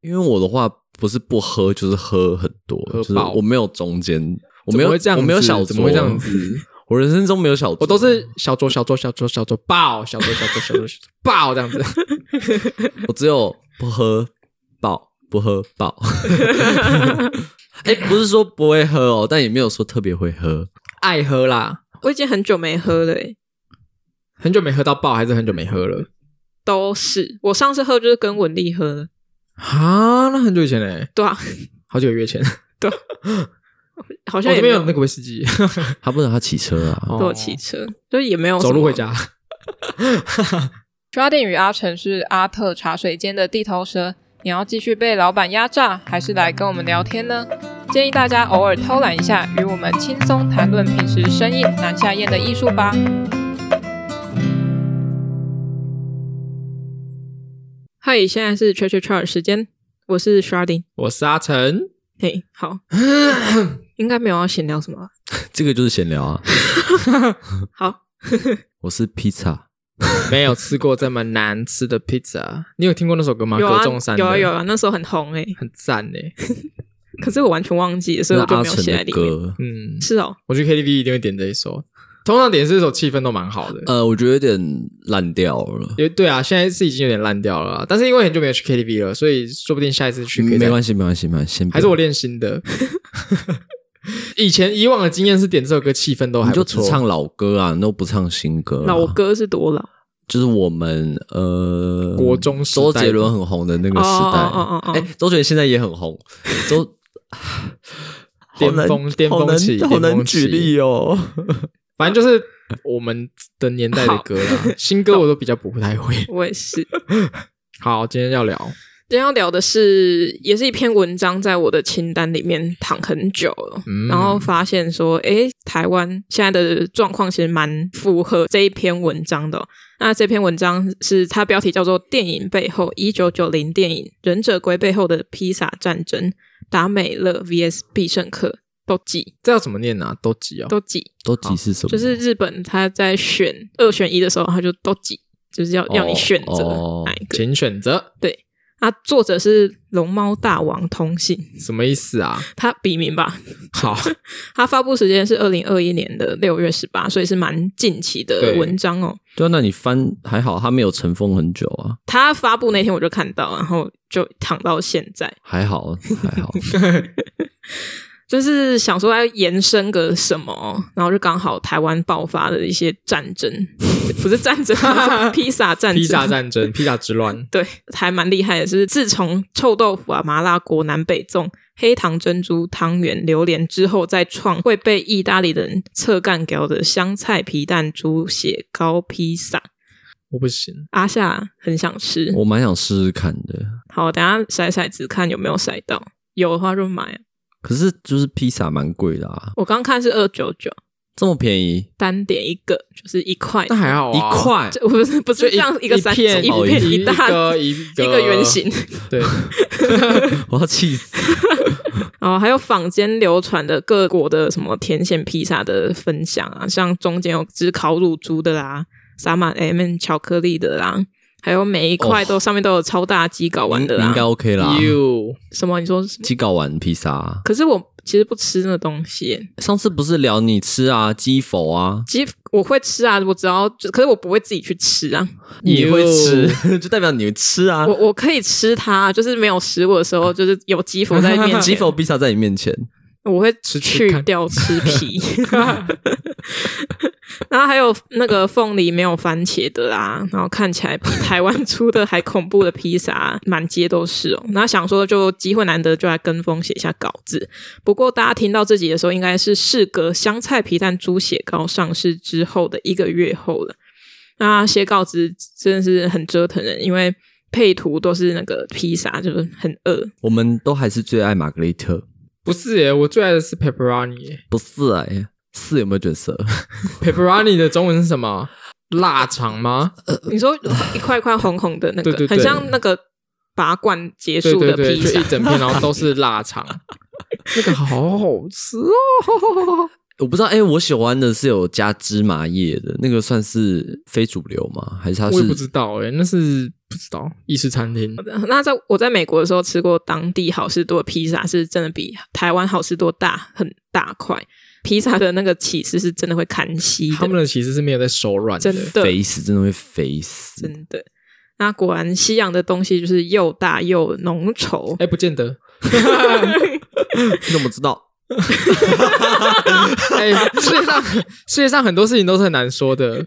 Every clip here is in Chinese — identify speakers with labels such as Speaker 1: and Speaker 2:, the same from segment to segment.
Speaker 1: 因为我的话不是不喝，就是喝很多，
Speaker 2: 喝
Speaker 1: 就是
Speaker 2: 饱
Speaker 1: 我没有中间，我
Speaker 2: 怎
Speaker 1: 没
Speaker 2: 么
Speaker 1: 有
Speaker 2: 会这样子，
Speaker 1: 我没有小酌，
Speaker 2: 怎么会这样？子？
Speaker 1: 我人生中没有小酌，
Speaker 2: 我都是小酌小酌小酌小酌爆，小酌小酌小酌小酌爆这样子。
Speaker 1: 我只有不喝爆，不喝 爆。哎、不是说不会喝哦，但也没有说特别会喝。
Speaker 2: 爱喝啦，
Speaker 3: 我已经很久没喝了、欸，
Speaker 2: 很久没喝到爆，还是很久没喝了
Speaker 3: 都是我上次喝就是跟文丽喝的，
Speaker 2: 啊？那很久以前嘞，
Speaker 3: 对啊，
Speaker 2: 好几个月前，
Speaker 3: 好
Speaker 2: 我
Speaker 3: 像
Speaker 2: 这
Speaker 3: 也
Speaker 2: 边
Speaker 3: 没
Speaker 2: 哦有那个威士忌，
Speaker 1: 他不能他骑车啊，
Speaker 2: 哦
Speaker 3: 都有骑车，就是也没有
Speaker 2: 走
Speaker 3: 什
Speaker 2: 路
Speaker 3: 么
Speaker 2: 回。家。
Speaker 4: 抓定与阿成是阿特茶水间的地头蛇，你要继续被老板压榨，还是来跟我们聊天呢？建议大家偶尔偷懒一下，与我们轻松谈论平时生硬难下咽的艺术吧。
Speaker 3: 嗨，现在是 Church Church 时间，我是 Sharding。
Speaker 2: 我是阿 成，
Speaker 3: 嘿，好，应该没有要闲聊什么吧。
Speaker 1: 这个就是闲聊啊。
Speaker 3: 好，
Speaker 1: 我是披萨，
Speaker 2: 没有吃过这么难吃的 pizza。你有听过那首歌吗？
Speaker 3: 有
Speaker 2: 葛
Speaker 3: 啊
Speaker 2: 仲山，的
Speaker 3: 有啊，有啊，那时候很红诶、
Speaker 2: 很赞嘞。
Speaker 3: 可是我完全忘记了，所以
Speaker 1: 那
Speaker 3: 我就
Speaker 1: 阿
Speaker 3: 没有
Speaker 1: 成
Speaker 3: 写在
Speaker 1: 的
Speaker 3: 里面。
Speaker 1: 歌，
Speaker 2: 嗯，
Speaker 3: 是哦，
Speaker 2: 我去 KTV 一定会点这一首，通常点这首气氛都蛮好的。
Speaker 1: 呃，我觉得有点烂掉了。
Speaker 2: 也对啊，现在是已经有点烂掉了啊，但是因为很久没有去 KTV 了，所以说不定下一次去可以
Speaker 1: 没
Speaker 2: 再
Speaker 1: 关系，没关系，没关系，先不
Speaker 2: 还是我练新的。以前以往的经验是点这首歌气氛都还
Speaker 1: 你
Speaker 2: 不
Speaker 1: 就只
Speaker 2: 错，
Speaker 1: 唱老歌啊，你都不唱新歌、啊。
Speaker 3: 老，歌是多老？
Speaker 1: 就是我们呃，
Speaker 2: 国中时代
Speaker 1: 周杰伦很红的那个时代。
Speaker 3: 哦哦哦哦哦
Speaker 1: 哎、周杰伦现在也很红， 周
Speaker 2: 巅峰巅
Speaker 1: 好
Speaker 2: 峰
Speaker 1: 难
Speaker 2: 期，
Speaker 1: 好
Speaker 2: 巅
Speaker 1: 难
Speaker 2: 峰
Speaker 1: 举
Speaker 2: 期
Speaker 1: 例 哦。
Speaker 2: 反正就是我们的年代的歌啦，新歌我都比较不太会。
Speaker 3: 我也是。
Speaker 2: 好，今天要聊
Speaker 3: 今天要聊的是，也是一篇文章，在我的清单里面躺很久了，
Speaker 2: 嗯
Speaker 3: 然后发现说，诶，台湾现在的状况其实蛮符合这一篇文章的哦、那这篇文章是它标题叫做《电影背后：一九九零电影《忍者龟》背后的披萨战争》，达美乐 VS 必胜客都挤
Speaker 2: 这要怎么念啊？都急哦，
Speaker 3: 都挤，
Speaker 1: 都几是什么？
Speaker 3: 就是日本他在选二选一的时候，他就都挤，就是要、要你
Speaker 1: 哦
Speaker 3: 选择
Speaker 1: 哦
Speaker 3: 哪一个。
Speaker 2: 请选择，
Speaker 3: 那作者是龙猫大王通信。
Speaker 2: 什么意思啊？
Speaker 3: 他笔名吧，
Speaker 2: 好，
Speaker 3: 他发布时间是二零二一年的六月十八，所以是蛮近期的
Speaker 2: 对
Speaker 3: 文章哦。
Speaker 1: 对啊，那你翻还好，他没有尘封很久啊，
Speaker 3: 他发布那天我就看到，然后就躺到现在，
Speaker 1: 还好还 好。
Speaker 3: 就是想说要延伸个什么哦，然后就刚好台湾爆发的一些战争，不是战争，是披萨战争，
Speaker 2: 披萨战争，披萨之乱，
Speaker 3: 对，还蛮厉害的。就是自从臭豆腐啊、麻辣锅、南北粽、黑糖珍珠、汤圆、榴莲之后，再创会被意大利人侧干掉的香菜皮蛋猪血糕披萨。
Speaker 2: 我不行，
Speaker 3: 阿夏很想吃，
Speaker 2: 哦
Speaker 1: 我蛮想试试看的，
Speaker 3: 好，等下甩骰子看有没有甩到，有的话就买啊。
Speaker 1: 可是就是披萨蛮贵的啊，
Speaker 3: 我刚看是二九九，
Speaker 1: 这么便宜，
Speaker 3: 单点一个就是哎一块，
Speaker 2: 那还好啊，
Speaker 1: 一块
Speaker 3: 这不是不
Speaker 2: 就是
Speaker 3: 这样
Speaker 2: 一
Speaker 3: 个
Speaker 2: 一
Speaker 3: 三
Speaker 2: 片
Speaker 3: 一
Speaker 1: 哦
Speaker 3: 片
Speaker 2: 一
Speaker 3: 大
Speaker 2: 个一个
Speaker 3: 一个圆形，
Speaker 2: 对，
Speaker 1: 我要气 死。
Speaker 3: 然后还有坊间流传的各国的什么甜咸披萨的分享啊，像中间有只烤乳猪的啦，撒满 M 巧克力的啦，还有每一块都、上面都有超大鸡睾丸的
Speaker 1: 应
Speaker 3: 啦
Speaker 1: 哦应。该 OK 啦。
Speaker 2: You
Speaker 3: 什么？你说什么？
Speaker 1: 鸡睾丸披萨啊、
Speaker 3: 可是我其实不吃那东西耶，
Speaker 1: 上次不是聊你吃啊鸡否啊，
Speaker 3: 其实我会吃啊，我只要就可是我不会自己去吃啊，
Speaker 1: 你会
Speaker 2: You
Speaker 1: 吃 就代表你会吃啊
Speaker 3: 我。我可以吃它，就是没有食物的时候，就是有 鸡佛在面前，
Speaker 1: 鸡否披萨在你面前，
Speaker 3: 我会
Speaker 2: 吃吃
Speaker 3: 去
Speaker 2: 看
Speaker 3: 掉 吃皮，然后还有那个凤梨没有番茄的啦，然后看起来比台湾出的还恐怖的披萨，满街都是哦。然后想说就机会难得，就来跟风写一下稿子。不过大家听到这集的时候，应该是事隔香菜皮蛋猪血糕上市之后的一个月后了。那写稿子真的是很折腾人，因为配图都是那个披萨，就是很饿，
Speaker 1: 我们都还是最爱玛格丽特，
Speaker 2: 不是耶，我最爱的是 pepperoni 耶
Speaker 1: 不是哎、是有没有卷舌？
Speaker 2: pepperoni 的中文是什么？腊肠吗？
Speaker 3: 你说一块块红红的那个，
Speaker 2: 对对对
Speaker 3: 很像那个拔罐结
Speaker 2: 对
Speaker 3: 束
Speaker 2: 对
Speaker 3: 的
Speaker 2: 对，
Speaker 3: 披
Speaker 2: 就
Speaker 3: 萨
Speaker 2: 一，整片，然后都是腊肠， 那个好好吃哦。
Speaker 1: 我不知道，哎、我喜欢的是有加芝麻叶的那个，算是非主流吗？还是它
Speaker 2: 我也
Speaker 1: 是
Speaker 2: 不知道哎、那是不知道意式餐厅，
Speaker 3: 那在我在美国的时候吃过当地好事多的披萨，是真的比台湾好事多大很大块。披萨的那个起司是真的会砍稀
Speaker 2: 他
Speaker 3: 的，
Speaker 2: 们的其实是没有在手软
Speaker 3: 真的
Speaker 1: 肥死，真的会肥死。
Speaker 3: 真的。那果然西洋的东西就是又大又浓稠。
Speaker 2: 哎，不见得。
Speaker 1: 你怎么知道？
Speaker 2: 哎，世界上 世界上很多事情都是很难说的。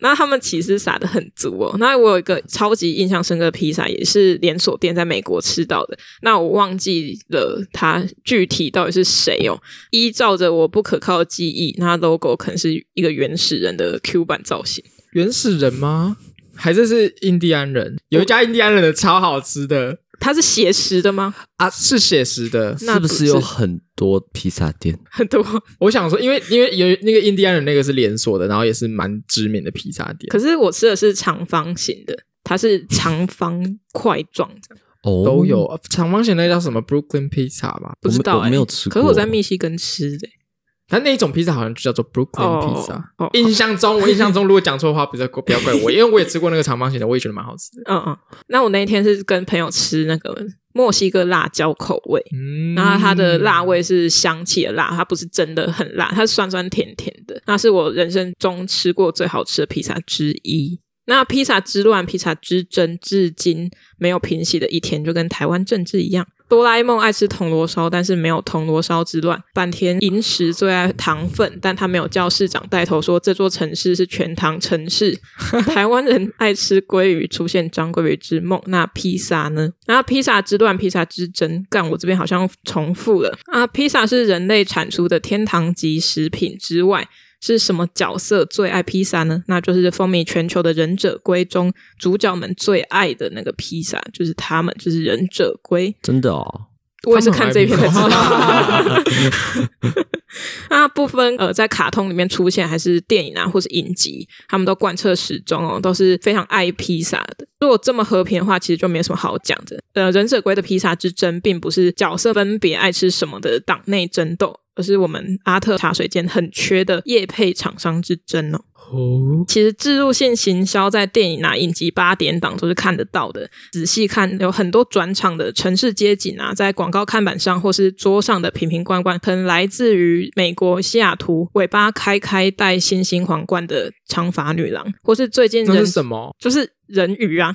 Speaker 3: 那他们起司撒的很足哦。那我有一个超级印象深刻的披萨，也是连锁店在美国吃到的。那我忘记了它具体到底是谁哦。依照着我不可靠的记忆，那 logo 可能是一个原始人的 Q 版造型。
Speaker 2: 原始人吗？还是是印第安人？有一家印第安人的超好吃的
Speaker 3: 它是写实的吗？
Speaker 2: 啊，是写实的。
Speaker 3: 那
Speaker 1: 是不
Speaker 3: 不
Speaker 1: 是有很多披萨店？
Speaker 3: 很多，
Speaker 2: 我想说，因为因为有那个印第安人那个是连锁的，然后也是蛮知名的披萨店，
Speaker 3: 可是我吃的是长方形的，它是长方块状这样，
Speaker 1: 哦，
Speaker 2: 都有。啊长方形那叫什么 Brooklyn Pizza 吧？
Speaker 3: 不知
Speaker 1: 我
Speaker 3: 道、
Speaker 1: 没
Speaker 3: 欸、
Speaker 1: 我没有吃
Speaker 3: 可是我
Speaker 1: 过
Speaker 3: 在密西根吃的、欸
Speaker 2: 它那一种披萨好像就叫做 Brooklyn
Speaker 3: 哦
Speaker 2: Pizza。
Speaker 3: 哦
Speaker 2: 印象中，我印象中如果讲错的话，不要不要怪我，因为我也吃过那个长方形的，我也觉得蛮好吃的。
Speaker 3: 嗯嗯，那我那一天是跟朋友吃那个墨西哥辣椒口味，
Speaker 2: 嗯，
Speaker 3: 然后它的辣味是香气的辣，它不是真的很辣，它是酸酸甜甜的。那是我人生中吃过最好吃的披萨之一。那披萨之乱、披萨之争，至今没有平息的一天，就跟台湾政治一样。哆啦 A 梦爱吃铜锣烧，但是没有铜锣烧之乱。坂田银时最爱糖粉，但他没有叫市长带头说这座城市是全糖城市。 台湾人爱吃鲑鱼，出现张鲑鱼之梦。那披萨呢？那披萨之乱，披萨之争，干我这边好像重复了啊！披萨是人类产出的天堂级食品之外。是什么角色最爱披萨呢？那就是风靡全球的《忍者龟》中主角们最爱的那个披萨，就是他们，就是忍者龟。
Speaker 1: 真的哦，
Speaker 3: 我也是看这一篇才知
Speaker 2: 他们
Speaker 3: 道。那不分呃，在卡通里面出现，还是电影啊，或是影集，他们都贯彻始终哦，都是非常爱披萨的。如果这么和平的话，其实就没什么好讲的。呃，忍者龟的披萨之争，并不是角色分别爱吃什么的党内争斗。而是我们阿特茶水间很缺的业配厂商之争哦。
Speaker 2: 哦，
Speaker 3: 其实植入性行销在电影啊、影集八点档都是看得到的。仔细看，有很多转场的城市街景啊，在广告看板上或是桌上的瓶瓶罐罐，可能来自于美国西雅图尾巴开开戴星星皇冠的长发女郎，或是最近
Speaker 2: 那
Speaker 3: 人
Speaker 2: 是什么？
Speaker 3: 就是人鱼啊，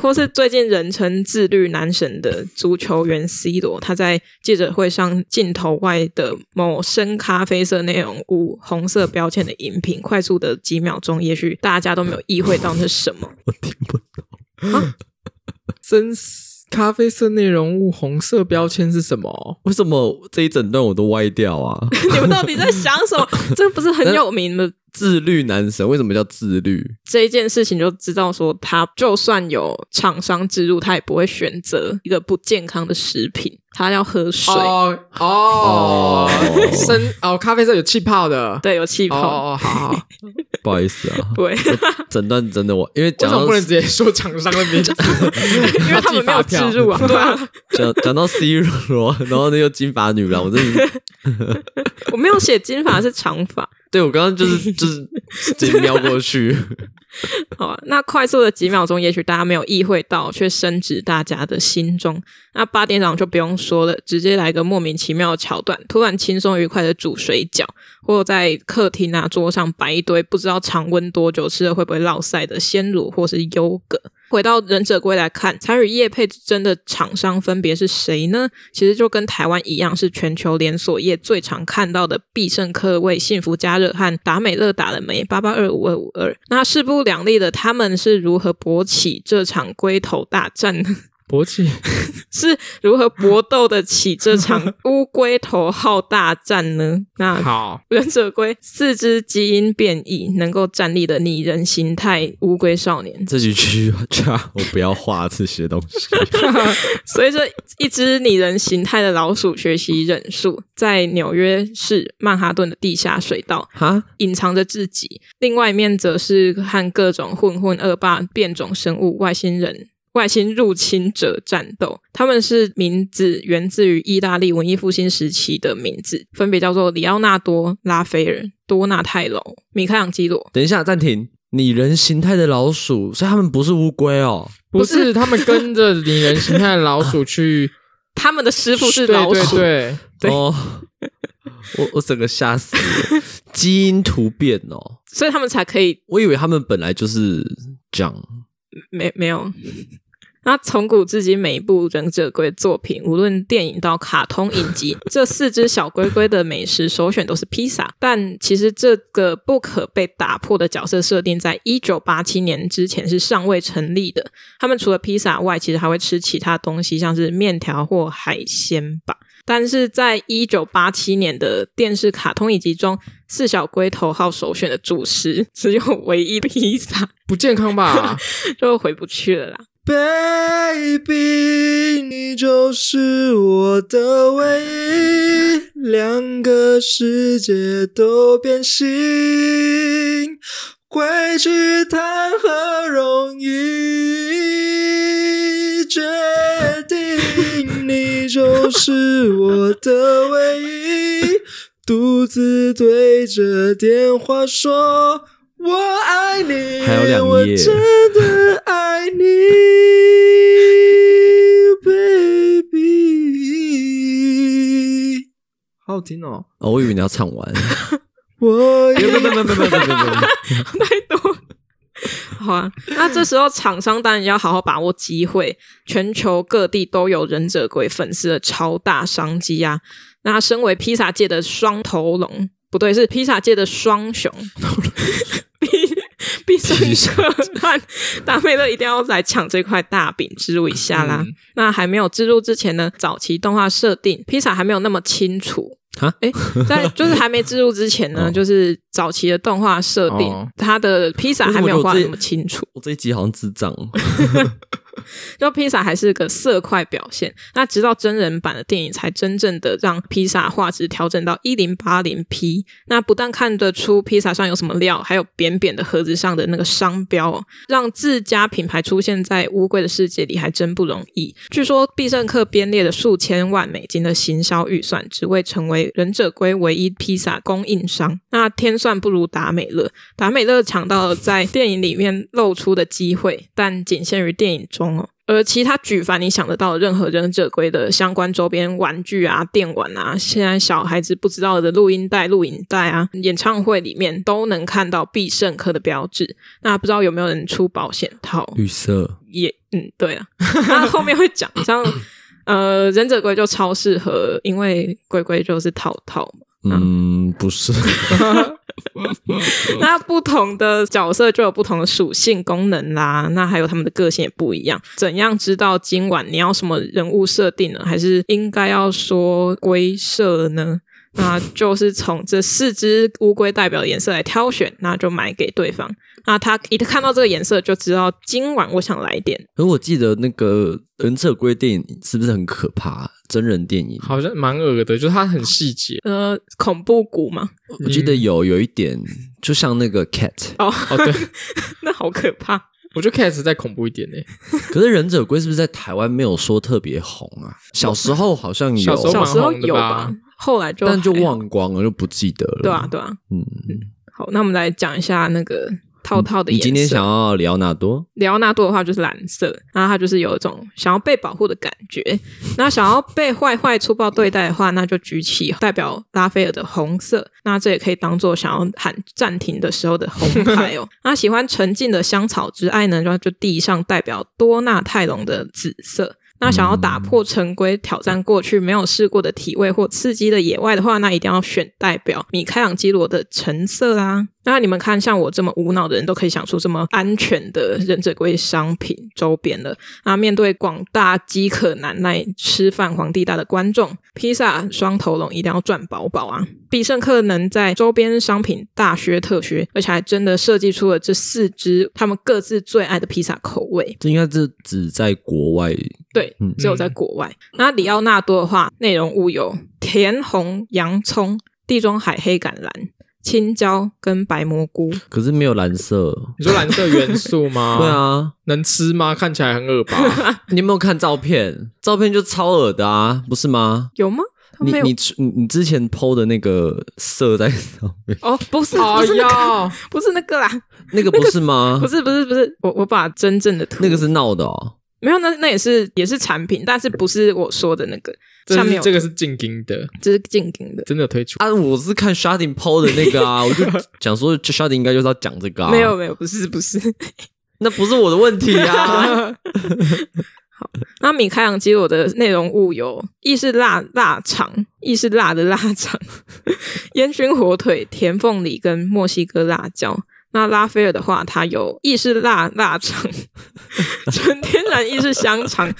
Speaker 3: 或是最近人称自律男神的足球员 C 罗，他在记者会上镜头外的某深咖啡色内容物红色标签的饮品，快速的几秒钟，也许大家都没有意会到那是什么。
Speaker 1: 我听不懂。
Speaker 2: 深咖啡色内容物红色标签是什么？
Speaker 1: 为什么这一整段我都歪掉啊？
Speaker 3: 你们到底在想什么？这不是很有名的
Speaker 1: 自律男神为什么叫自律？
Speaker 3: 这一件事情，就知道说他就算有厂商植入，他也不会选择一个不健康的食品，他要喝水。
Speaker 2: 哦
Speaker 1: 哦，
Speaker 2: 哦深哦，咖啡色有气泡的。
Speaker 3: 对，有气
Speaker 2: 哦
Speaker 3: 泡。
Speaker 2: 哦，好哦好，好
Speaker 1: 不好意思 啊，
Speaker 3: 对，
Speaker 1: 整段真的我因为
Speaker 2: 为
Speaker 1: 讲
Speaker 2: 什么
Speaker 1: 到
Speaker 2: 不能直接说厂商的 名字？
Speaker 3: 因为他们没有植 入啊，对啊，
Speaker 1: 讲讲到 C 罗， 然后那个金发女郎，我真的是
Speaker 3: 我没有写金发是长发，
Speaker 1: 对我刚刚就是就是直接瞄过去。
Speaker 3: 好啊，那快速的几秒钟，也许大家没有意会到，却深植大家的心中。那八点档就不用说了，直接来个莫名其妙的桥段，突然轻松愉快的煮水饺，或者在客厅啊桌上摆一堆不知道常温多久，吃了会不会落腮的鲜乳或是优格。回到忍者龟来看，参与业配之争的厂商分别是谁呢？其实就跟台湾一样，是全球连锁业最常看到的必胜客味、幸福加热和达美乐达的美八八二五二五二。那势不两立的他们是如何勃起这场龟头大战呢？
Speaker 2: 勃起，
Speaker 3: 是如何搏斗的起这场乌龟头号大战呢？ 那
Speaker 2: 好，
Speaker 3: 忍者龟四肢基因变异，能够站立的拟人形态乌龟少年，
Speaker 1: 这几句话我不要画这些东 西。
Speaker 3: 随着一只拟人形态的老鼠学习忍术，在纽约市曼哈顿的地下水道
Speaker 1: 哈，
Speaker 3: 隐藏着自己，另外一面则是和各种混混恶霸、变种生物、外星人。外星入侵者战斗，他们是名字源自于意大利文艺复兴时期的名字，分别叫做里奥纳多·拉斐尔、多纳泰罗、米开朗基罗。
Speaker 1: 等一下，暂停。拟人形态的老鼠，所以他们不是乌龟哦。
Speaker 2: 不是他们跟着拟人形态的老鼠去，
Speaker 3: 他们的师傅是
Speaker 2: 对
Speaker 3: 老鼠，
Speaker 2: 对
Speaker 3: 对
Speaker 1: 哦，我我整个吓死了，基因突变哦。
Speaker 3: 所以他们才可以
Speaker 1: 我以为他们本来就是这样。
Speaker 3: 没没有。 那从古至今，每一部忍者龟作品，无论电影到卡通影集，这四只小龟龟的美食首选都是披萨。但其实这个不可被打破的角色设定，在一九八七年之前是尚未成立的。他们除了披萨外，其实还会吃其他东西，像是面条或海鲜吧。但是在一九八七年的电视卡通影集中，四小龟头号首选的主食 只有唯一披萨，
Speaker 2: 不健康吧？
Speaker 3: 就回不去了啦。
Speaker 2: Baby，你就是我的唯一，两个世界都变形，归去谈何容易？决定你就是我的唯一，独自对着电话说。我爱你，
Speaker 1: 还有两页
Speaker 2: 我真的爱你，baby。好好听哦！
Speaker 1: 哦，我以为你要唱完。
Speaker 2: 我
Speaker 1: 没有没有没有没有没有没有没有。
Speaker 3: 太多。好啊，那这时候厂商当然要好好把握机会，全球各地都有忍者龟粉丝的超大商机啊！那身为披萨界的双头龙，不对，是披萨界的双雄， 必必胜客和达菲乐一定要来抢这块大饼，植入一下啦。
Speaker 2: 嗯
Speaker 3: 那还没有植入之前呢，早期动画设定披萨还没有那么清楚，在就是还没植入之前呢，
Speaker 1: 哦
Speaker 3: 就是早期的动画设定，
Speaker 2: 哦
Speaker 3: 它的披萨还没有画得那么清楚，
Speaker 1: 我这一集好像智障。
Speaker 3: 就披萨还是个色块表现。那直到真人版的电影才真正的让披萨画质调整到一零八零 P。那不但看得出披萨上有什么料，还有扁扁的盒子上的那个商标、哦，让自家品牌出现在乌龟的世界里还真不容易。据说必胜客编列了数千万美金的行销预算，只为成为忍者龟唯一披萨供应商。那天算不如达美乐，达美乐抢到了在电影里面露出的机会，但仅限于电影中哦。而其他举凡你想得到的任何忍者龟的相关周边玩具啊、电玩啊，现在小孩子不知道的录音带、录影带啊、演唱会里面都能看到必胜客的标志。那不知道有没有人出保险套？
Speaker 1: 绿色，
Speaker 3: 也嗯，对啊， 那后面会讲，像呃，忍者龟就超适合，因为龟龟就是套套嘛。
Speaker 1: 嗯，不是。
Speaker 3: 那不同的角色就有不同的属性功能啦，那还有他们的个性也不一样。怎样知道今晚你要什么人物设定呢？还是应该要说龟舍 呢？那就是从这四只乌龟代表的颜色来挑选，那就买给对方。那他一看到这个颜色就知道今晚我想来点
Speaker 1: 可我记得那个忍者龟电影是不是很可怕？真人电影，
Speaker 2: 好像蛮恶的，就是它很细节
Speaker 3: 呃恐怖谷嘛，
Speaker 1: 我记得有有一点，就像那个 cat，
Speaker 3: 哦，
Speaker 2: 哦。对，
Speaker 3: 那好可怕。
Speaker 2: 我觉得 Cats 再恐怖一点呢。欸
Speaker 1: 可是忍者龟是不是在台湾没有说特别红啊？小时候好像有，
Speaker 2: 小时候
Speaker 3: 小
Speaker 2: 蛮
Speaker 3: 时候
Speaker 2: 红的
Speaker 3: 有
Speaker 2: 吧
Speaker 3: 吧，后来就
Speaker 1: 但就
Speaker 3: 还好。
Speaker 1: 忘光了，就不记得了。
Speaker 3: 对啊，对啊。
Speaker 1: 嗯，
Speaker 3: 好，那我们来讲一下那个套套的
Speaker 1: 你
Speaker 3: 颜色。
Speaker 1: 今天想要里奥纳多？
Speaker 3: 里奥纳多的话就是蓝色，那他就是有一种想要被保护的感觉。那想要被坏坏粗暴对待的话，那就举起代表拉斐尔的红色，那这也可以当做想要喊暂停的时候的红牌哦。那喜欢沉静的香草之爱呢，就就地上代表多纳泰隆的紫色。那想要打破陈规，挑战过去没有试过的体味或刺激的野外的话，那一定要选代表米开朗基罗的橙色啦。那你们看，像我这么无脑的人都可以想出这么安全的忍者龟商品周边了。那啊面对广大饥渴难耐、吃饭皇帝大的观众，披萨双头龙一定要赚饱饱啊！
Speaker 1: 嗯
Speaker 3: 必胜客能在周边商品大削特削，而且还真的设计出了这四支他们各自最爱的披萨口味。
Speaker 1: 这应该是只在国外
Speaker 3: 对
Speaker 1: 嗯，
Speaker 3: 只有在国外。那里奥纳多的话，内容物有甜红洋葱、地中海黑橄榄、青椒跟白蘑菇。
Speaker 1: 可是没有蓝色。
Speaker 2: 你说蓝色元素 吗？
Speaker 1: 对，啊，
Speaker 2: 能吃吗？看起来很恶吧？
Speaker 1: 你有没有看照片？照片就超恶的啊，不是吗？
Speaker 3: 有吗？它
Speaker 1: 你
Speaker 3: 没有
Speaker 1: 你你你之前剖的那个色在上面，
Speaker 3: 哦，不是，不
Speaker 2: 哎
Speaker 3: 是那个，
Speaker 2: 呀，
Speaker 3: 不是那个啦，
Speaker 1: 那个不是吗？
Speaker 3: 不，是，不是，不是，我我把真正的图，
Speaker 1: 那个是闹的哦。
Speaker 3: 没有，那那也是也是产品，但是不是我说的那个，
Speaker 2: 这
Speaker 3: 下面
Speaker 2: 是
Speaker 3: 有
Speaker 2: 这个是进京的，
Speaker 3: 这是静音的，
Speaker 2: 真的有推出。
Speaker 1: 啊，我是看 Sharding 抛的那个啊，我就想说这 Sharding 应该就是要讲这个啊。
Speaker 3: 没有，，没有，不是，不是。
Speaker 1: 那不是我的问题 啊。
Speaker 3: 好，那米开朗基罗的内容物有意式腊腊肠、意式辣的腊肠、烟熏火腿、甜凤梨跟墨西哥辣椒。那拉斐尔的话，它有意式辣腊肠、纯天然意式香肠、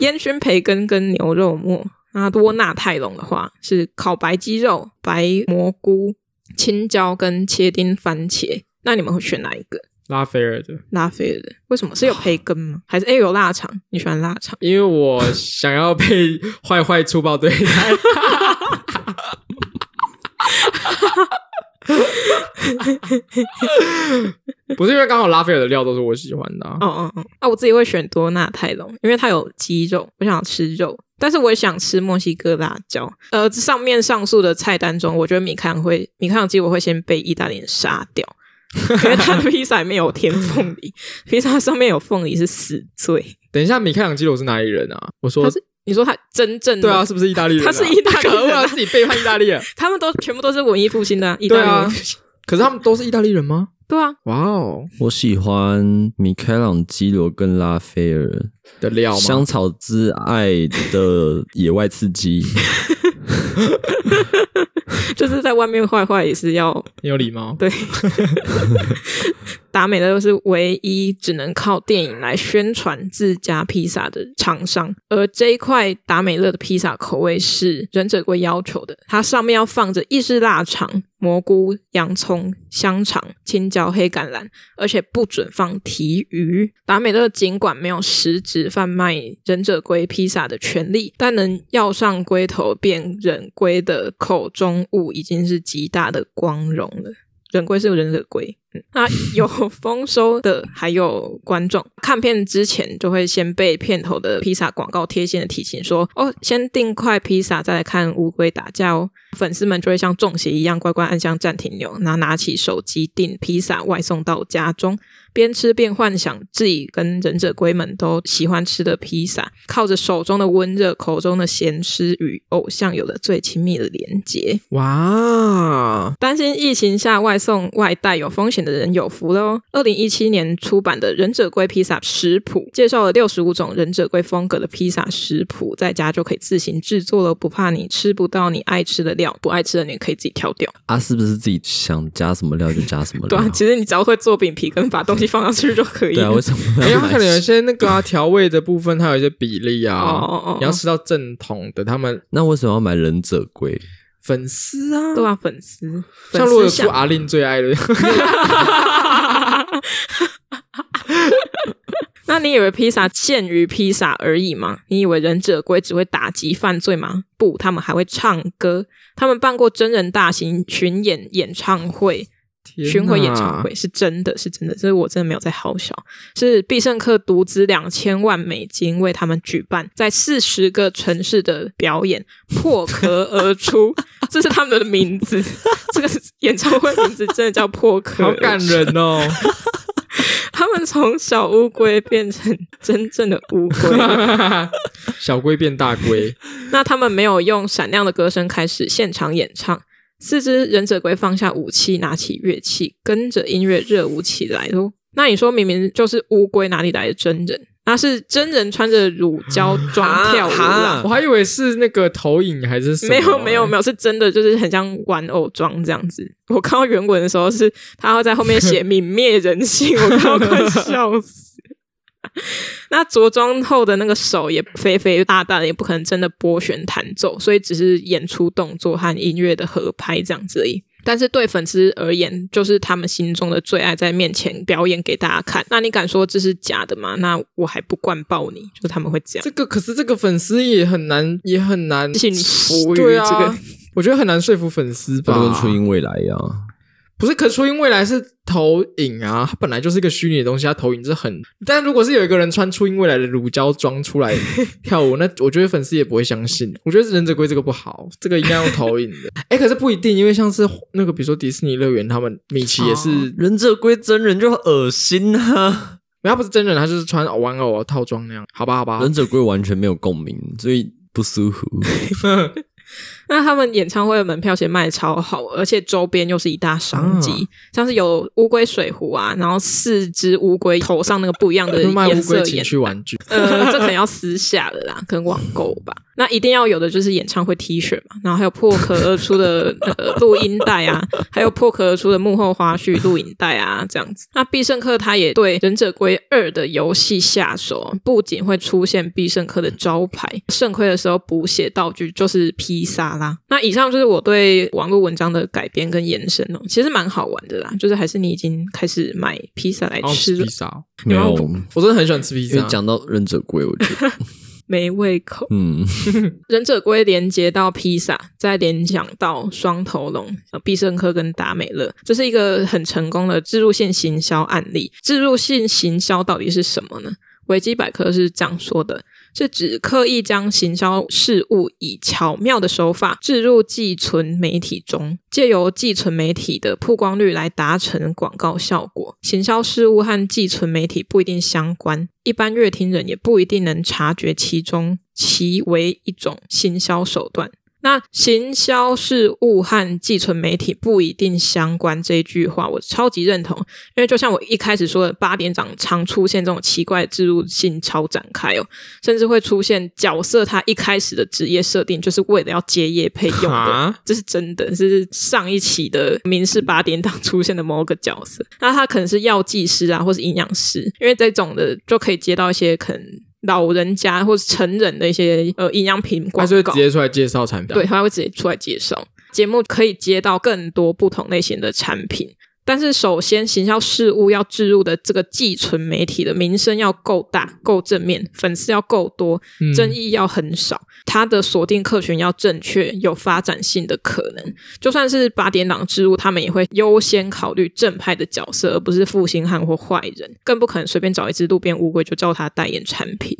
Speaker 3: 烟熏培根跟牛肉末。那多纳泰隆的话是烤白鸡肉、白蘑菇、青椒跟切丁番茄。那你们会选哪一个？
Speaker 2: 拉斐尔的，
Speaker 3: 拉菲尔的，为什么是有培根吗？还是哎、有腊肠？你喜欢腊肠？
Speaker 2: 因为我想要被 坏坏粗暴对待。不是因为刚好拉斐尔的料都是我喜欢的、啊，
Speaker 3: 哦哦哦，啊，我自己会选多纳泰隆，因为它有鸡肉，我想吃肉，但是我也想吃墨西哥辣椒。呃，这上面上述的菜单中，我觉得米开朗会米开朗基我会先被意大利人杀掉。因为它的披萨里面有甜凤梨， 披萨上面有凤梨是死罪。
Speaker 2: 等一下，米开朗基罗是哪里人啊？我说
Speaker 3: 他，是你说他真正的
Speaker 2: 对啊，是不是意大利人、啊？
Speaker 3: 他是意大利人啊
Speaker 2: 可恶啊，自己背叛意大利人。
Speaker 3: 他们都全部都是文艺复兴的啊、 意大
Speaker 2: 对
Speaker 3: 利
Speaker 2: 啊
Speaker 3: 文艺复兴。，
Speaker 2: 可是他们都是意大利人吗？
Speaker 3: 对啊，
Speaker 2: 哇哦，
Speaker 1: 我喜欢米开朗基罗跟拉斐尔
Speaker 2: 的料
Speaker 1: 《
Speaker 2: 吗？
Speaker 1: 香草之爱》的野外刺激，
Speaker 3: 就是在外面坏坏也是要
Speaker 2: 你有礼貌。
Speaker 3: 对， 达美乐是唯一只能靠电影来宣传自家披萨的厂商，而这一块达美乐的披萨口味是忍者龟要求的，它上面要放着意式腊肠、蘑菇、洋葱、香肠、青椒、黑橄榄，而且不准放提鱼。达美乐尽管没有实质贩卖忍者龟披萨的权利，但能要上龟头变忍龟的口中物，已经是极大的光荣了。忍龟是忍者龟，嗯那有丰收的还有观众看片之前就会先被片头的披萨广告贴心的提醒说，哦，先订块披萨再来看乌龟打架哦。粉丝们就会像中邪一样乖乖按下暂停钮，然后拿起手机订披萨外送到家中，边吃边幻想自己跟忍者龟们都喜欢吃的披萨，靠着手中的温热、口中的咸湿与偶像有了最亲密的连结。
Speaker 2: 哇，
Speaker 3: 担心疫情下外送外带有风险的人有福喽！二零一七年出版的《忍者龟披萨食谱》介绍了六十五种忍者龟风格的披萨食谱，在家就可以自行制作了，不怕你吃不到你爱吃的料，不爱吃的你可以自己挑掉。
Speaker 1: 啊，是不是自己想加什么料就加什么
Speaker 3: 对
Speaker 1: 料
Speaker 3: 啊？，其实你只要会做饼皮跟把东西放上去就可以
Speaker 1: 对
Speaker 3: 了。
Speaker 1: 啊，为什么
Speaker 2: 因为
Speaker 1: 要
Speaker 2: 哎他可能有
Speaker 1: 买？
Speaker 2: 些那个啊调味的部分，它有一些比例啊，
Speaker 3: 哦哦哦
Speaker 2: 你要吃到正统的，他们
Speaker 1: 那为什么要买忍者龟？
Speaker 2: 粉丝啊，
Speaker 3: 对啊，粉丝，
Speaker 2: 像如果有
Speaker 3: 粉丝
Speaker 2: 出
Speaker 3: 想
Speaker 2: 阿令最爱的，
Speaker 3: 那你以为披萨限于披萨而已吗？你以为忍者龟只会打击犯罪吗？不，他们还会唱歌。他们办过真人大型巡演演唱会，
Speaker 2: 天哪
Speaker 3: 巡回演唱会是真的是真的，这是我真的没有在好笑。是必胜客独资两千万美金为他们举办在四十个城市的表演，破壳而出， 这是他们的名字。这个演唱会名字真的叫破壳，
Speaker 2: 好感。人哦，
Speaker 3: 他们从小乌龟变成真正的 乌龟。
Speaker 2: 小龟变大龟，
Speaker 3: 那他们没有用闪亮的歌声开始现场演唱，四只忍者龟放下武器，拿起乐器，跟着音乐热舞起来喽。那你说明明就是乌龟，哪里来的真人？那是真人穿着乳胶装跳舞啦
Speaker 1: 哈。
Speaker 2: 我还以为是那个投影还是什么
Speaker 3: 嗯
Speaker 2: 啊欸
Speaker 3: 没有没有没
Speaker 2: 有，
Speaker 3: 有，是真的，就是很像玩偶装这样子。我看到原文的时候是，他会在后面写泯灭人性，我看到快笑死。 那着装后的那个手也肥肥大大的，也不可能真的拨弦弹奏，所以只是演出动作和音乐的合拍这样子而已。但是对粉丝而言，就是他们心中的最爱在面前表演给大家看。那你敢说这是假的吗？那我还不灌爆你！就是他们会这样。
Speaker 2: 这个可是这个粉丝也很难也很难
Speaker 3: 信服于
Speaker 2: 对啊
Speaker 3: 这个
Speaker 2: 我觉得很难说服粉丝
Speaker 1: 不
Speaker 2: 吧。
Speaker 1: 就跟初音未来啊一
Speaker 2: 哦
Speaker 1: 样，
Speaker 2: 不是，可初音未来是投影啊，它本来就是一个虚拟的东西，它投影是很。但如果是有一个人穿初音未来的乳胶装出来 跳舞，那我觉得粉丝也不会相信。我觉得忍者龟这个不好，这个应该用投影的。 哎、可是不一定，因为像是那个比如说迪士尼乐园，他们米奇也是，
Speaker 3: 哦
Speaker 1: 忍者龟真人就很恶心啊！
Speaker 2: 没有他不是真人，他就是穿玩偶啊套装那样。好吧，好吧，
Speaker 1: 忍者龟完全没有共鸣，所以不舒 服。
Speaker 3: 那他们演唱会的门票其实卖得超好，而且周边又是一大
Speaker 2: 啊
Speaker 3: 商机，像是有乌龟水壶啊，然后四只乌龟头上那个不一样的
Speaker 2: 就 卖乌
Speaker 3: 颜
Speaker 2: 龟
Speaker 3: 色
Speaker 2: 情
Speaker 3: 眼
Speaker 2: 趣玩 具。
Speaker 3: 呃，这可能要私下了啦，可能网购吧。那一定要有的就是演唱会 T 恤嘛，然后还有破壳而出的呃录音带啊，还有破壳而出的幕后花絮录影带啊，这样子。那必胜客他也对《忍者龟二》的游戏下手，不仅会出现必胜客的招牌，肾亏的时候补写道具就是披萨啦。那以上就是我对网络文章的改编跟延伸哦，其实蛮好玩的啦，就是还是你已经开始买披萨来
Speaker 2: 然后吃
Speaker 3: 吃了
Speaker 2: 披，萨哦，
Speaker 1: 没有，
Speaker 2: 我真的很喜欢吃披
Speaker 1: 因为
Speaker 2: 萨。
Speaker 1: 讲到忍者龟，我觉 得，
Speaker 3: 没胃口。
Speaker 1: 嗯，
Speaker 3: 忍者龟连接到披萨，再联想到双头龙、呃必胜客跟达美乐，这是一个很成功的植入性行销案例。植入性行销到底是什么呢？维基百科是这样说的：是指刻意将行销事物以巧妙的手法置入寄存媒体中，借由寄存媒体的曝光率来达成广告效果。行销事物和寄存媒体不一定相关，一般乐听人也不一定能察觉其中其为一种行销手段。那行销事物和寄存媒体不一定相关这一句话，我超级认同，因为就像我一开始说的，八点档常出现这种奇怪的植入性超展开哦，甚至会出现角色他一开始的职业设定就是为了要接业配用的
Speaker 2: 哈，
Speaker 3: 这是真的，这是上一期的民事八点档出现的某个角色，那他可能是药剂师啊，或是营养师，因为这种的就可以接到一些可能。老人家或是成人的一些呃营养品
Speaker 2: 他
Speaker 3: 广
Speaker 2: 就会
Speaker 3: 告，
Speaker 2: 直接出来介绍产品，
Speaker 3: 对，，他会直接出来介绍。节目可以接到更多不同类型的产品，但是首先行销事务要置入的这个寄存媒体的名声要够大、够正面，粉丝要够多，
Speaker 2: 嗯
Speaker 3: 争议要很少，它的锁定客群要正确，有发展性的可能。就算是八点档之路，他们也会优先考虑正派的角色，而不是负心汉或坏人，更不可能随便找一只路边乌龟就叫他代言产品。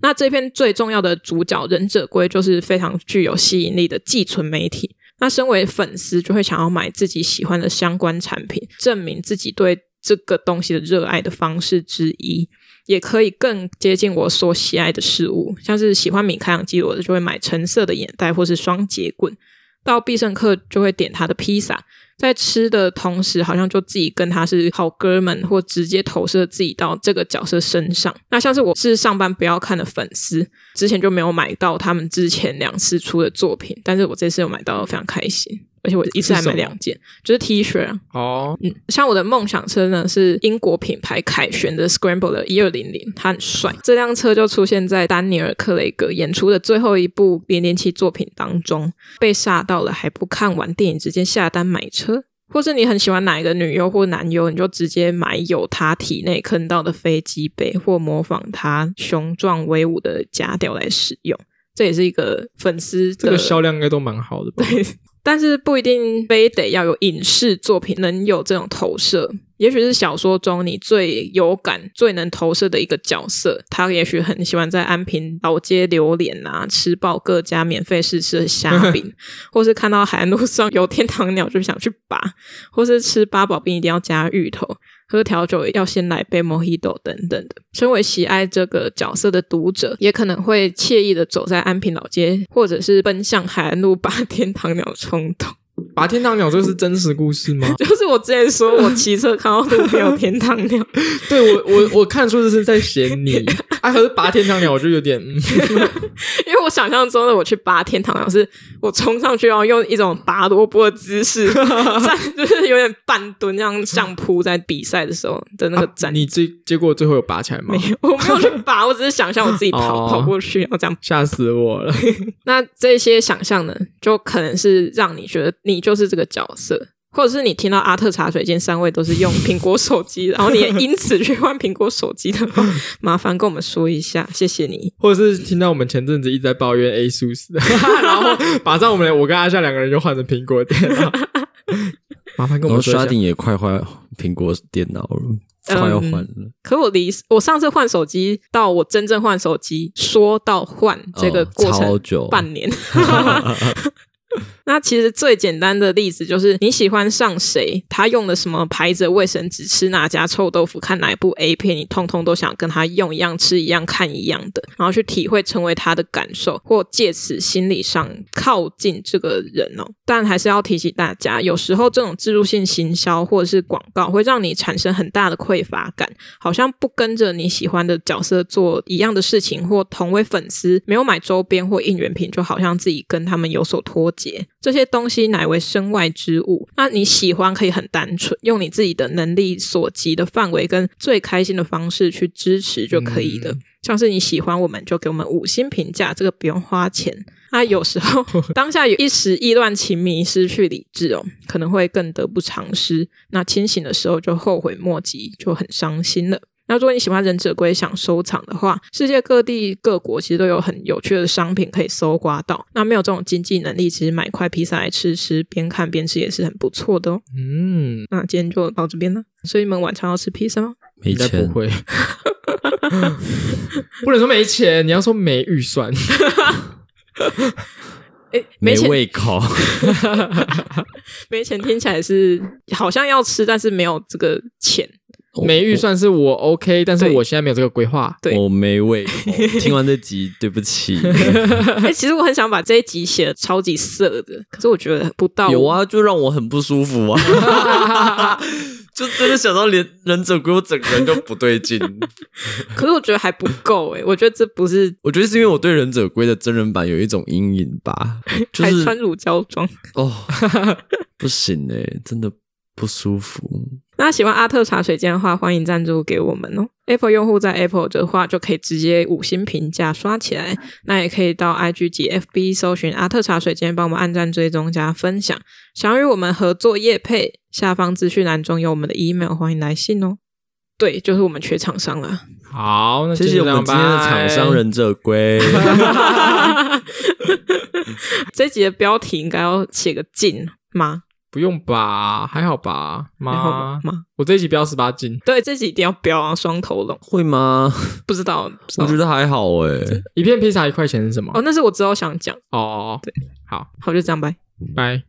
Speaker 3: 那这篇最重要的主角忍者龟就是非常具有吸引力的寄存媒体。那身为粉丝，就会想要买自己喜欢的相关产品，证明自己对这个东西的热爱的方式之一。也可以更接近我所喜爱的事物，像是喜欢米开朗基罗的就会买橙色的眼袋或是双节棍，到必胜客就会点他的披萨，在吃的同时，好像就自己跟他是好哥们，或直接投射自己到这个角色身上。那像是我是上班不要看的粉丝，之前就没有买到他们之前两次出的作品，但是我这次有买到，非常开心，而且我一次还
Speaker 2: 是什
Speaker 3: 买
Speaker 2: 么
Speaker 3: 两件，就是 T 恤啊，
Speaker 2: 哦，
Speaker 3: 嗯，像我的梦想车呢是英国品牌凯旋的 Scramble 的一二零零，它很帅。这辆车就出现在丹尼尔·克雷格演出的最后一部《零零七》作品当中，被吓到了还不看完电影直接下单买车。或是你很喜欢哪一个女优或男优，你就直接买有他体内坑到的飞机杯，或模仿他雄壮威武的假屌来使用。这也是一个粉丝的
Speaker 2: 这个销量应该都蛮好的吧？
Speaker 3: 但是不一定非得要有影视作品能有这种投射，也许是小说中你最有感、最能投射的一个角色，他也许很喜欢在安平老街榴莲啊，吃爆各家免费试吃的虾饼，或是看到海岸路上有天堂鸟就想去拔，或是吃八宝冰一定要加芋头，喝调酒要先来杯 Mojito 等等的。身为喜爱这个角色的读者，也可能会 惬意的走在安平老街，或者是奔向海岸路把天堂鸟冲动。
Speaker 2: 拔天堂鸟这是真实故事吗？
Speaker 3: 就是我之前说我骑车看到路边有天堂鸟，
Speaker 2: 对我我我看出这是在嫌 你，啊，可是拔天堂鸟我就有点，嗯、
Speaker 3: 因为我想象中的我去拔天堂鸟是，我冲上去然后用一种拔萝卜的姿势，站就是有点半蹲这样相扑，在比赛的时候的那个
Speaker 2: 啊
Speaker 3: 站。
Speaker 2: 你最结果最后有拔起来吗
Speaker 3: 没？有，我没有去拔，我只是想象我自己跑、
Speaker 2: 哦
Speaker 3: 跑过去，然后这样。
Speaker 2: 吓死我了！
Speaker 3: 那这些想象呢，就可能是让你觉得你就是这个角色，或者是你听到阿特茶水间三位都是用苹果手机，然后你也因此去换苹果手机的话，麻烦跟我们说一下，谢谢你。
Speaker 2: 或者是听到我们前阵子一直在抱怨 ASUS，然 后马上我们我跟阿夏两个人就换成苹果电 脑，麻烦
Speaker 1: 然
Speaker 2: 跟我
Speaker 1: 后
Speaker 2: 们说
Speaker 1: 刷
Speaker 2: 一下。
Speaker 1: 顶也快换苹果电脑了，快要换
Speaker 2: 嗯
Speaker 1: 了。
Speaker 3: 可我离我上次换手机到我真正换手机，说到换这个
Speaker 1: 哦
Speaker 3: 过程、
Speaker 1: 超久
Speaker 3: 半 年。 那其实最简单的例子就是你喜欢上谁，他用的什么牌子的卫生纸，吃哪家臭豆腐，看哪一部 A 片，你通通都想跟他用一样、吃一样、看一样的，然后去体会成为他的感受，或借此心理上靠近这个人哦。但还是要提醒大家，有时候这种制度性行销或者是广告，会让你产生很大的匮乏感，好像不跟着你喜欢的角色做一样的事情，或同为粉丝没有买周边或应援品，就好像自己跟他们有所脱节。这些东西乃为身外之物。那你喜欢可以很单纯，用你自己的能力所及的范围跟最开心的方式去支持就可以了。
Speaker 2: 嗯
Speaker 3: 像是你喜欢我们就给我们五星评价，这个不用花钱。那有时候当下有一时意乱情迷，失去理智哦，可能会更得不偿失。那清醒的时候就后悔莫及，就很伤心了。那如果你喜欢忍者龟，想收藏的话，世界各地各国其实都有很有趣的商品可以搜刮到。那没有这种经济能力，其实买块披萨来吃吃，边看边吃也是很不错的哦。
Speaker 2: 嗯，
Speaker 3: 那今天就到这边了。所以你们晚上要吃披萨吗？
Speaker 1: 没
Speaker 2: 应该
Speaker 1: 钱
Speaker 2: 不，会， 不能说没钱，你要说没预算。
Speaker 3: 诶，没
Speaker 1: 没
Speaker 3: 钱，
Speaker 1: 胃口，
Speaker 3: 没钱听起来是好像要吃，但是没有这个钱。
Speaker 2: 没预算是我 OK，但是
Speaker 3: 对
Speaker 2: 我现在没有这个规划。
Speaker 3: 对
Speaker 1: 我没胃口。听完这集，对不 起。
Speaker 3: 哎、其实我很想把这一集写的超级色的，可是我觉得不到。
Speaker 1: 有，啊，就让我很不舒服 啊。 就真的想到连忍者龟，我整个人都不对劲。
Speaker 3: 可是我觉得还不够哎、我觉得这不是
Speaker 1: 我觉得是因为我对忍者龟的真人版有一种阴影吧，就
Speaker 3: 还
Speaker 1: 是
Speaker 3: 穿乳胶装。
Speaker 1: 哦，不行哎、真的不舒服。
Speaker 3: 那喜欢阿特茶水间的话，欢迎赞助给我们哦。Apple 用户在 Apple 的话，就可以直接五星评价刷起来。那也可以到 IG 及 FB 搜寻阿特茶水间，帮我们按赞、追踪、加分享。想要与我们合作业配，下方资讯栏中有我们的 email，欢迎来信哦。对，就是我们缺厂商了。
Speaker 2: 好，那
Speaker 1: 谢谢我们今天的厂商
Speaker 2: 人。
Speaker 1: 忍者 龟，
Speaker 3: 这集的标题应该要写个“禁”吗？
Speaker 2: 不用吧，还好吧，
Speaker 3: 然后
Speaker 2: 妈，
Speaker 3: 吗？
Speaker 2: 我这一集标十八禁，
Speaker 3: 对，这集一定要标啊，双头龙。
Speaker 1: 会吗？
Speaker 3: 不知道，不知
Speaker 1: 我
Speaker 3: 道哦
Speaker 1: 觉。得还好哎、
Speaker 2: 一片披萨一块钱是什么
Speaker 3: 哦，？那是我之后想讲。
Speaker 2: 哦，对，好，
Speaker 3: 好，就这样，拜。
Speaker 2: 拜。